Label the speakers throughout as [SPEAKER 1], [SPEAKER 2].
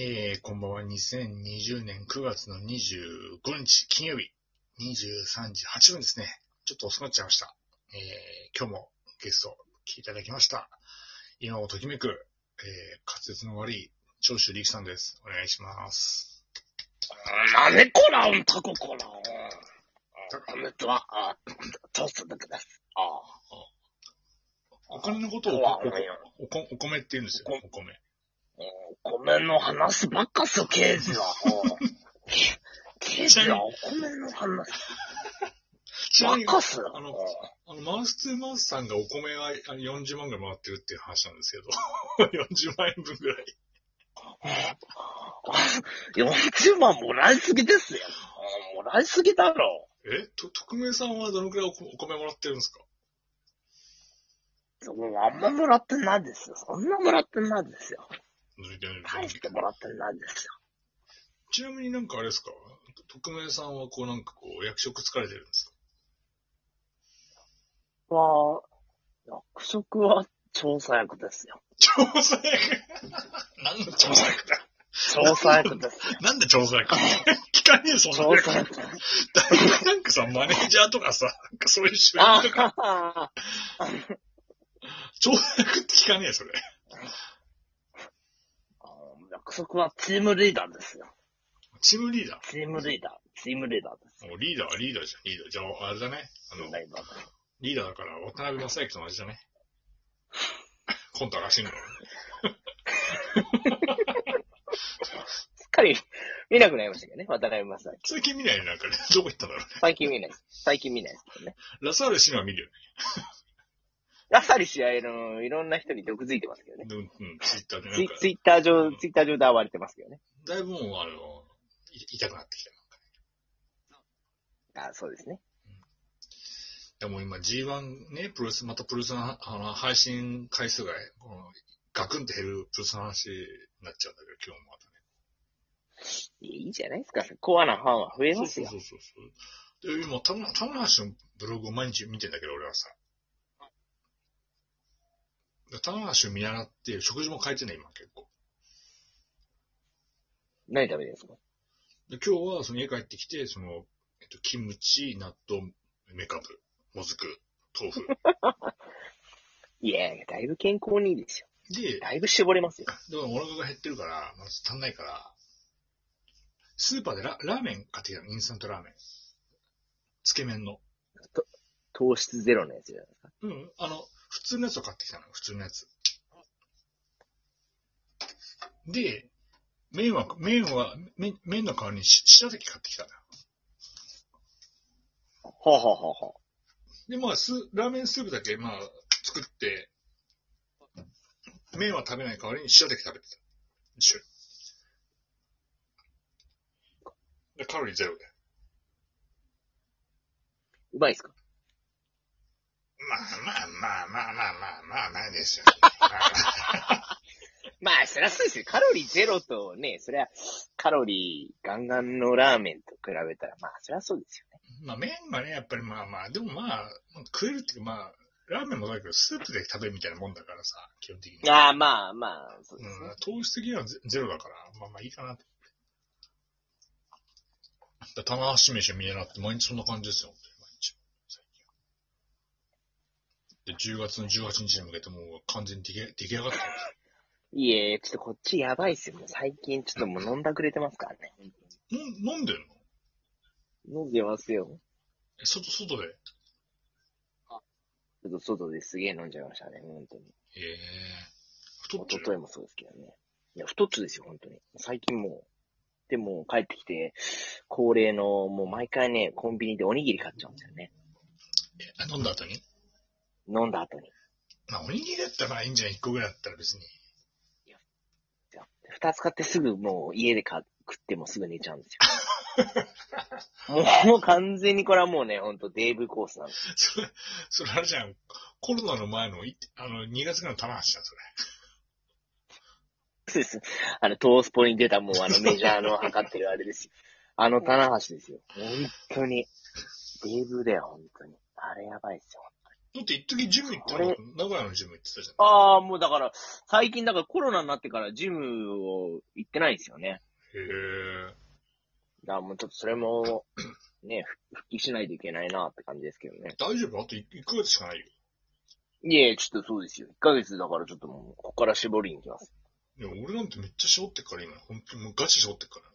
[SPEAKER 1] えー、こんばんは。2020年9月の25日金曜日、23時8分ですね。ちょっと遅くなっちゃいました。えー、今日もゲスト来ていただきました。今をときめく、えー、滑舌の悪い長州力さんです。お願いします。
[SPEAKER 2] なめこらん、タコこらん。あめとは、あ、トーストだけです。あ
[SPEAKER 1] お金のことをお
[SPEAKER 2] あ
[SPEAKER 1] おおこお米って言うんですよ。お米。
[SPEAKER 2] お米の話ばっかすよ、刑事は。刑事はお米の話
[SPEAKER 1] ち
[SPEAKER 2] ば
[SPEAKER 1] な
[SPEAKER 2] っ
[SPEAKER 1] みに、
[SPEAKER 2] かすよ。
[SPEAKER 1] あのあのマウスツーマウスさんがお米はあの40万ぐらい回ってるっていう話なんです けど、40万円分ぐらい。
[SPEAKER 2] 40万もらいすぎですよ。もらいすぎだろ。
[SPEAKER 1] えと、匿名さんはどのくらいお米お米もらってるんですか
[SPEAKER 2] あんまもらってないですよ。そんなもらってないですよ。大してもらってないですよ。
[SPEAKER 1] ちなみになんかあれですか匿名さんはこうなんかこう役職疲れてるん ですか
[SPEAKER 2] まあ、役職は調査役ですよ。
[SPEAKER 1] 調査役何の調査役だ
[SPEAKER 2] 調査役ですよ。
[SPEAKER 1] なんで調査役聞かねえそんな
[SPEAKER 2] 調
[SPEAKER 1] の
[SPEAKER 2] 査役。
[SPEAKER 1] 大体なんかさ、マネージャーとかさ、なんかそういう主
[SPEAKER 2] あ
[SPEAKER 1] 役とか、
[SPEAKER 2] あ、
[SPEAKER 1] 調査役って聞かねえそれ。
[SPEAKER 2] 約束はチームリーダーですよ。
[SPEAKER 1] チームリーダ
[SPEAKER 2] チームリーダー。チームリーダーです。
[SPEAKER 1] ー。もうリーダーはリーダーじゃん、リーダー。じゃあ、あれだね。あの、
[SPEAKER 2] リーダーです
[SPEAKER 1] リーダーだから渡辺正行と同じだね。コントらしいの。
[SPEAKER 2] すっかり見なくなりましたけどね、渡辺正行。
[SPEAKER 1] 最近見ないね、なんかね。どこ行ったんだろうね。
[SPEAKER 2] 最近見ない。最近見ないですけどね。
[SPEAKER 1] ラサールシンは見るよね
[SPEAKER 2] あさり試合のいろんな人に毒づいてますけどね。
[SPEAKER 1] でもうん、ツイッターでな
[SPEAKER 2] ツ
[SPEAKER 1] ん
[SPEAKER 2] イ
[SPEAKER 1] か、
[SPEAKER 2] ツイッター上、ツイッター上で暴れてますけどね。
[SPEAKER 1] だいぶもう、あの、い痛くなってきた。
[SPEAKER 2] あそうですね。
[SPEAKER 1] でもう今 G1 ね、プロレス、またプロレスのあの配信回数が、このガクンと減るプロレスの話になっちゃうんだけど、今日もまたね。
[SPEAKER 2] いいじゃないですか。コアなファンは増えますよ
[SPEAKER 1] そ。うそうそうそう。で、今、たま、たまはしのブログを毎日見てんだけど、俺はさ。でたまはしを見習って、食事も変えてね、今結構。
[SPEAKER 2] 何食べてるんですか
[SPEAKER 1] で今日はその家帰ってきて、その、えっと、キムチ、納豆、メカブ、もずく、豆 腐。
[SPEAKER 2] いやいや、だいぶ健康にいいですよ。
[SPEAKER 1] で、
[SPEAKER 2] だいぶ絞れますよ。
[SPEAKER 1] でもお腹が減ってるから、まず足んないから、スーパーでララーメン買ってきたの、インスタントラーメン。つけ麺の。
[SPEAKER 2] 糖質ゼロのやつじゃないですか。
[SPEAKER 1] うん、あの、普通のやつを買ってきたの、普通のやつ。で、麺は、麺は、麺麺の代わりにし白滝買ってきたのよ。
[SPEAKER 2] ほうほうほうほう。
[SPEAKER 1] で、まあ、スラーメンスープだけ、まあ、作って、麺は食べない代わりに白滝食べてた。一緒に。でカロリーゼロで。
[SPEAKER 2] うまいですか
[SPEAKER 1] まあまあまあまあまあまあまあ、ないですよ。
[SPEAKER 2] まあ、そりゃそうですよ。カロリーゼロとね、そりゃ、カロリーガンガンのラーメンと比べたら、まあ、そりゃそうですよね。
[SPEAKER 1] まあ麺がね、やっぱりまあまあ、でもまあ、食えるっていうかまあ、ラーメンもそうだけど、スープで食べるみたいなもんだからさ、基本的に。
[SPEAKER 2] ああ、まあまあ、そう
[SPEAKER 1] う
[SPEAKER 2] ですね
[SPEAKER 1] ん、。糖質的にはゼゼロだから、まあまあいいかなと。だから玉橋飯を見習って、毎日そんな感じですよ、本当に毎日。最近で、10月の18日に向けてもう完全に出来出来上がってる。
[SPEAKER 2] いえいえ、ちょっとこっちやばいっすよ。もう最近、ちょっともう飲んだくれてますからね。
[SPEAKER 1] の飲んでるの
[SPEAKER 2] 飲んでますよ。
[SPEAKER 1] え外、外で。
[SPEAKER 2] ちょっと外ですげえ飲んじゃいましたね、本当に。
[SPEAKER 1] ええ太っ
[SPEAKER 2] 一
[SPEAKER 1] て
[SPEAKER 2] 昨
[SPEAKER 1] る。
[SPEAKER 2] 日もそうですけどね。いや、太っつですよ、本当に。最近もう。でも、帰ってきて、恒例の、もう毎回ね、コンビニでおにぎり買っちゃうんですよね。
[SPEAKER 1] え飲んだ後に
[SPEAKER 2] 飲んだ後に。
[SPEAKER 1] まあ、おにぎりだったらまあいいんじゃない ?1 個ぐらいだったら別に。
[SPEAKER 2] 二つ買ってすぐもう家で買食ってもすぐ寝ちゃうんです よ。もうもう完全にこれはもうね、ほんとデーブコースなんです
[SPEAKER 1] それ、それあれじゃん。コロナの前のい、あの、2月ぐらいの棚橋じゃん、それ。
[SPEAKER 2] そうです。あの、トースポに出たもうあのメジャーの測ってるあれですよ。あの棚橋ですよ。本当に。デーブだよ、本当に。あれやばいっすよ。
[SPEAKER 1] だって一時ジム行った
[SPEAKER 2] あ
[SPEAKER 1] の
[SPEAKER 2] れ、
[SPEAKER 1] 名古屋のジム行ってたじゃん。
[SPEAKER 2] ああ、もうだから、最近だからコロナになってからジムを行ってないんですよね。
[SPEAKER 1] へえ。
[SPEAKER 2] だからもうちょっとそれも、ね、ふ復帰しないといけないなって感じですけどね。
[SPEAKER 1] 大丈夫あと1ヶ月しかないよ。
[SPEAKER 2] いえ、ちょっとそうですよ。1ヶ月だからちょっともう、ここから絞りに行きます。
[SPEAKER 1] いや、俺なんてめっちゃ絞ってっから今。本当にもうガチ絞ってっから。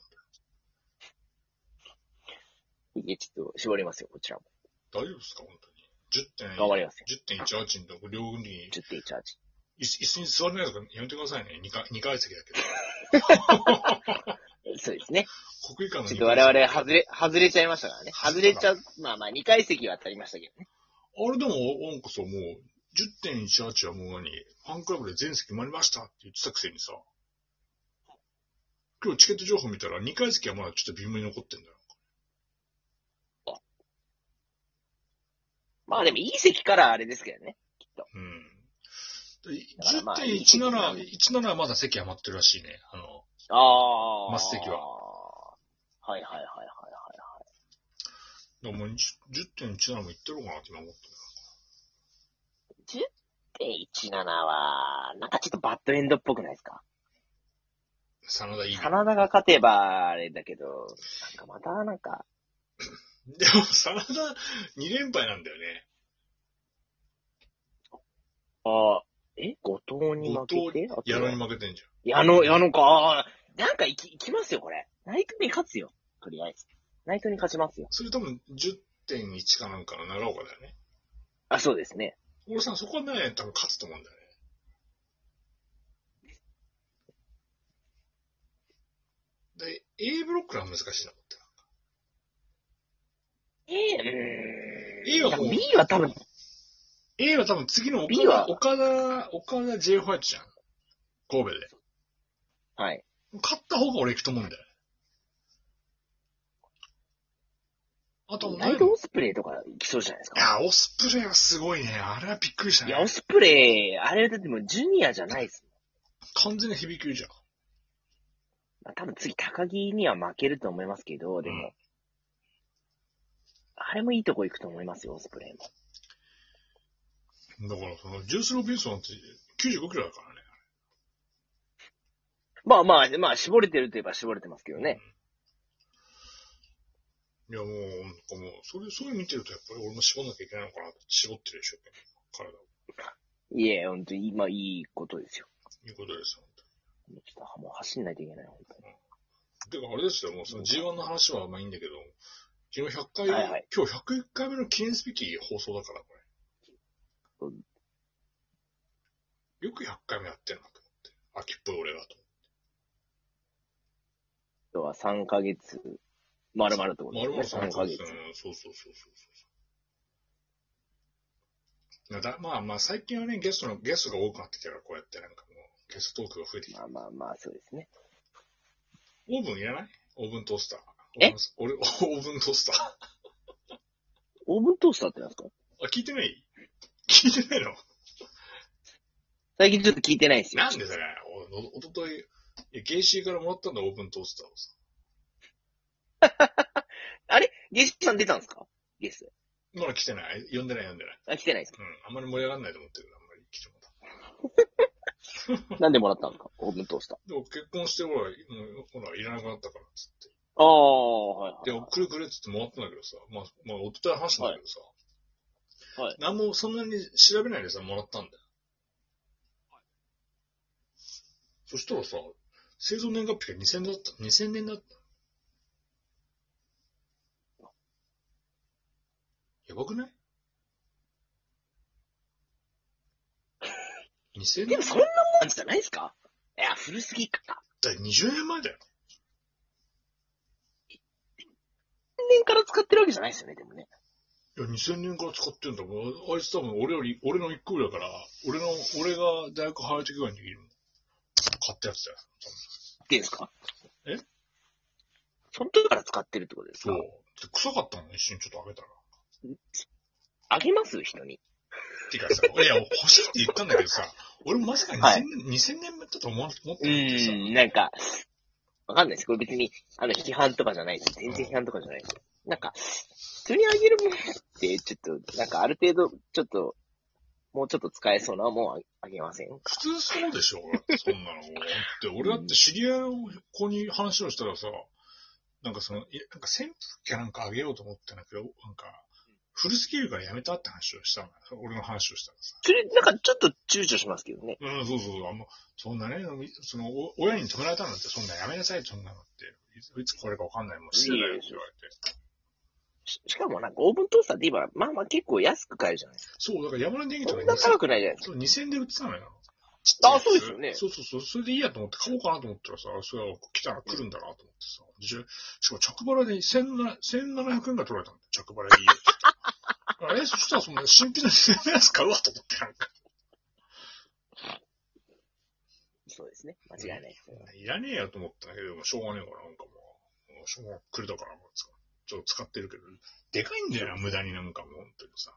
[SPEAKER 2] いえ、ちょっと絞りますよ、こちらも。
[SPEAKER 1] 大丈夫ですか本当に。
[SPEAKER 2] 頑張
[SPEAKER 1] 10.1
[SPEAKER 2] りますよ。
[SPEAKER 1] 10.18のとこ両腕に、
[SPEAKER 2] 10.18。
[SPEAKER 1] 椅子椅子に座れないとかやめてくださいね。2, か二階席だけど。
[SPEAKER 2] そうですね。
[SPEAKER 1] 国技館の
[SPEAKER 2] ちょっ
[SPEAKER 1] 二
[SPEAKER 2] と
[SPEAKER 1] 階席
[SPEAKER 2] 我々外れ、外れちゃいましたからね。外れちゃう、まあまあ2階席は当たりましたけどね。
[SPEAKER 1] あれでも、なんかさ、もう、10.18はもう何ファンクラブで全席埋まりましたって言ってたくせにさ、今日チケット情報見たら2階席はまだちょっと微妙に残ってんだよ。
[SPEAKER 2] まあでもいい席からあれですけどね。
[SPEAKER 1] うん。
[SPEAKER 2] だからまあ
[SPEAKER 1] 10.17、17はまだ席余ってるらしいね。あの、
[SPEAKER 2] ああ。
[SPEAKER 1] 末席は
[SPEAKER 2] はいはいはいはいはい。
[SPEAKER 1] でももう10.17も行ってるのかなって今思ってる。
[SPEAKER 2] 10.17は、なんかちょっとバッドエンドっぽくないですか
[SPEAKER 1] 真田いいね。
[SPEAKER 2] カナダが勝てば、あれだけど、なんかまたなんか、
[SPEAKER 1] でも、真田2連敗なんだよね。
[SPEAKER 2] ああ、え後藤に負
[SPEAKER 1] 後
[SPEAKER 2] け
[SPEAKER 1] 藤
[SPEAKER 2] てあと
[SPEAKER 1] 矢野に
[SPEAKER 2] は
[SPEAKER 1] 負けてんじゃん。
[SPEAKER 2] 矢野、矢野か。ああ、なんかいき、いきますよ、これ。ナイトに勝つよ。とりあえず。ナイトに勝ちますよ。
[SPEAKER 1] それ多分10.1かなんかの長岡だよね。
[SPEAKER 2] あ、そうですね。
[SPEAKER 1] 俺さん、そこはね、多分勝つと思うんだよね。で、A ブロックは難しいな思ってる。
[SPEAKER 2] ええ
[SPEAKER 1] A
[SPEAKER 2] う
[SPEAKER 1] は
[SPEAKER 2] ー
[SPEAKER 1] も
[SPEAKER 2] ん。
[SPEAKER 1] う
[SPEAKER 2] B は多分、
[SPEAKER 1] A は多分次の岡
[SPEAKER 2] B は
[SPEAKER 1] 田、岡田、岡田 J ホワイトじゃん。神戸で。
[SPEAKER 2] はい。
[SPEAKER 1] 勝った方が俺行くと思うんだよね。あともう
[SPEAKER 2] ナ
[SPEAKER 1] ね、
[SPEAKER 2] イトオスプレイとかいきそうじゃないです
[SPEAKER 1] い
[SPEAKER 2] か。
[SPEAKER 1] や、オスプレイはすごいね。あれはびっくりした
[SPEAKER 2] いや、オ
[SPEAKER 1] ね。
[SPEAKER 2] スプレイ、あれだってもうジュニアじゃないです
[SPEAKER 1] 完全に響きじゃん。
[SPEAKER 2] まあ多分次、高木には負けると思いますけど、でも、
[SPEAKER 1] うん
[SPEAKER 2] あれもいいとこ行くと思いますよ、オスプレイも。
[SPEAKER 1] だから、その、ジュース・ロビンソンって95キロだからね。
[SPEAKER 2] まあまあ、まあ、絞れてるといえば絞れてますけどね。
[SPEAKER 1] いや、もう、なんかもう、それ、そういうの見てると、やっぱり俺も絞んなきゃいけないのかなって、絞ってるでしょ、体を。
[SPEAKER 2] いえ、本当に、まあ、いいことですよ。
[SPEAKER 1] いうことですよ、本
[SPEAKER 2] ちょっと、もう走んないといけない、本当に。
[SPEAKER 1] 当に。てか、あれですよ、もう、その G1 の話はまあいいんだけど、昨日100回、
[SPEAKER 2] はいはい
[SPEAKER 1] 今日101回目の記念すべき放送だから、これ。
[SPEAKER 2] うん
[SPEAKER 1] よく100回目やってんなと思って。秋っぽい俺がと
[SPEAKER 2] 今日は3ヶ月、まるまるってこ
[SPEAKER 1] 思っ
[SPEAKER 2] と
[SPEAKER 1] て。丸々3
[SPEAKER 2] ですね。3
[SPEAKER 1] ヶ
[SPEAKER 2] ヶ
[SPEAKER 1] 月
[SPEAKER 2] 月
[SPEAKER 1] だ。ね。そうそうそうそうそう。なだまあまあ、最近はね、ゲストの、ゲストが多くなってきたから、こうやってなんかもう、ゲストトークが増えてきて
[SPEAKER 2] まあまあまあ、そうですね。
[SPEAKER 1] オーブンいらないオーブントースター。
[SPEAKER 2] え
[SPEAKER 1] 俺、オーブントースター。
[SPEAKER 2] オーブントースターってなんですか
[SPEAKER 1] あ、聞いてない聞いてないの
[SPEAKER 2] 最近ちょっと聞いてないですよ。
[SPEAKER 1] なんでそれおおおととい、いやゲイシーからもらったんだ、オーブントースターをさ。
[SPEAKER 2] ゲストさん出たんですかゲス
[SPEAKER 1] まだ来てない呼んでない呼んでない。
[SPEAKER 2] ト。あ、来てないですか
[SPEAKER 1] うん。あんまり盛り上がんないと思ってるあんまり来てもらった。
[SPEAKER 2] なんでもらったんですかオーブントースター。
[SPEAKER 1] でも結婚して、ほら、もうほら、いらなくなったから、つっ
[SPEAKER 2] ああ、はいはい
[SPEAKER 1] て。で、
[SPEAKER 2] はい。
[SPEAKER 1] 送るくれっつってもらったんだけどさ、まあ、まあ、おととい話したんだけどさ、
[SPEAKER 2] はいはい
[SPEAKER 1] 何もそんなに調べないでさ、もらったんだよ。そしたらさ、製造年月日が2000年だった。2000年だった。やばく ない ?2000
[SPEAKER 2] で
[SPEAKER 1] 年
[SPEAKER 2] もそんなもんじゃないですかいや、古すぎか。
[SPEAKER 1] だよ ?20 年前だよ。
[SPEAKER 2] 2000年から使ってるわけじゃないですよね、でもね。
[SPEAKER 1] いや、2000年から使ってんだもん。あいつ多分俺より、俺の一個上だから、俺の、俺が大学入る時ぐらいに買ったやつだよ。
[SPEAKER 2] いいですか
[SPEAKER 1] え
[SPEAKER 2] その時から使ってるってことです
[SPEAKER 1] そう
[SPEAKER 2] か。
[SPEAKER 1] で臭かったの一瞬ちょっとあげたら。
[SPEAKER 2] あげます人に。
[SPEAKER 1] てかさ、いや、欲しいって言ったんだけどさ、俺もまさか 2000,、
[SPEAKER 2] はい
[SPEAKER 1] 年2000年だと思わな思って
[SPEAKER 2] う
[SPEAKER 1] なくてさ、
[SPEAKER 2] ん、なんか、わかんないです。これ別に、あの、批判とかじゃないです。全然批判とかじゃないです。なんか、人にあげるものって、ちょっと、なんかある程度、ちょっと、もうちょっと使えそうなもんああげません
[SPEAKER 1] 普通そうでしょそんなの。だって、俺だって知り合いの子に話をしたらさ、なんかその、いやなんか扇風機かなんかあげようと思ったんだけど、なんか、古すぎるからやめたって話をしたのよ俺の話をしたらさ。
[SPEAKER 2] それ、なんかちょっと躊躇しますけどね。
[SPEAKER 1] うん、そうそうそう、あんま、そんなね、その、お親に止められたんだって、そんなやめなさい、そんなのって。いついつこれかわかんないもん、失礼だよって言われて。
[SPEAKER 2] ししかもなんかオーブントースターって今、まあまあ結構安く買えるじゃないですか。
[SPEAKER 1] そう、だから山の電気
[SPEAKER 2] そ
[SPEAKER 1] と
[SPEAKER 2] ん
[SPEAKER 1] か
[SPEAKER 2] な高くないじゃないですか。
[SPEAKER 1] そう、2000で売ってたのよ。
[SPEAKER 2] あそうですよね
[SPEAKER 1] そうそうそう。それでいいやと思って買おうかなと思ったらさ、それは来たら来るんだなと思ってさ。でしかも着払いで1700 1700円が取られたんだよ。着払いでいいよって 言って。え、そしたらその新品の1000円やつ買うわと思ってなんか。
[SPEAKER 2] そうですね。間違いないです。
[SPEAKER 1] いらねえやと思ったんだけど、でもしょうがねえから、なんかもう、もうしょうがくれたから、もう使うちょっと使ってるけど、でかいんだよな、無駄になんかもう、本当にさ。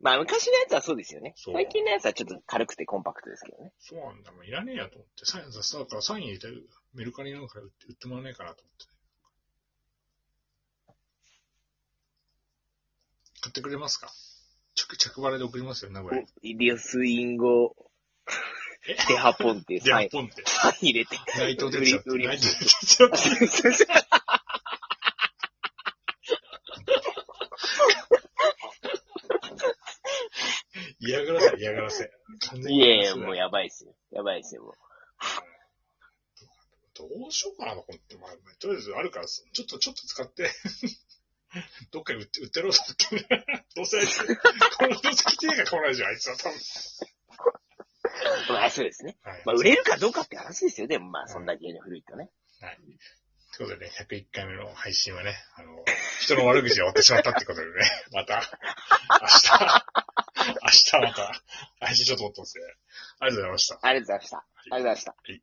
[SPEAKER 2] まあ昔のやつはそうですよね。
[SPEAKER 1] そう
[SPEAKER 2] 最近のやつはちょっと軽くてコンパクトですけどね。
[SPEAKER 1] そうなんだ、もういらねえやと思って。サインさ、だからサイン入れて、メルカリなんかで売って売ってもらえないかなと思って。買ってくれますか着、着払いで送りますよ、名古屋に。
[SPEAKER 2] イディオスインゴ
[SPEAKER 1] え、
[SPEAKER 2] テハポンっていう
[SPEAKER 1] で、
[SPEAKER 2] サイン、
[SPEAKER 1] ポンって。
[SPEAKER 2] サイン入れて。
[SPEAKER 1] 内藤哲
[SPEAKER 2] 売
[SPEAKER 1] 也。
[SPEAKER 2] り
[SPEAKER 1] 内
[SPEAKER 2] 売り
[SPEAKER 1] 藤哲也。嫌がらせ、嫌がらせ。完全に
[SPEAKER 2] い
[SPEAKER 1] 嫌
[SPEAKER 2] や
[SPEAKER 1] が
[SPEAKER 2] い
[SPEAKER 1] らせ
[SPEAKER 2] や、
[SPEAKER 1] だ
[SPEAKER 2] もうやばいっすよ。やばいっすよ、もう。
[SPEAKER 1] どうしようかなと思って、まあ、とりあえずあるから、ちょっと、ちょっと使って、 どっかに売って、売ってろうと思って、 どうせあいつ、この時来てえが来ないじゃん、あいつは多分。
[SPEAKER 2] まあそうですね。
[SPEAKER 1] はい。
[SPEAKER 2] まあ売れるかどうかって話ですよ。でもまあそんだけ古いとね。
[SPEAKER 1] はい。ということでね、101回目の配信はね、あの、人の悪口で終わってしまったってことでね、 また、明日、明日また、配信ちょっと持ってますね。ありがとうございました。
[SPEAKER 2] ありがとうございました。ありがとうございました。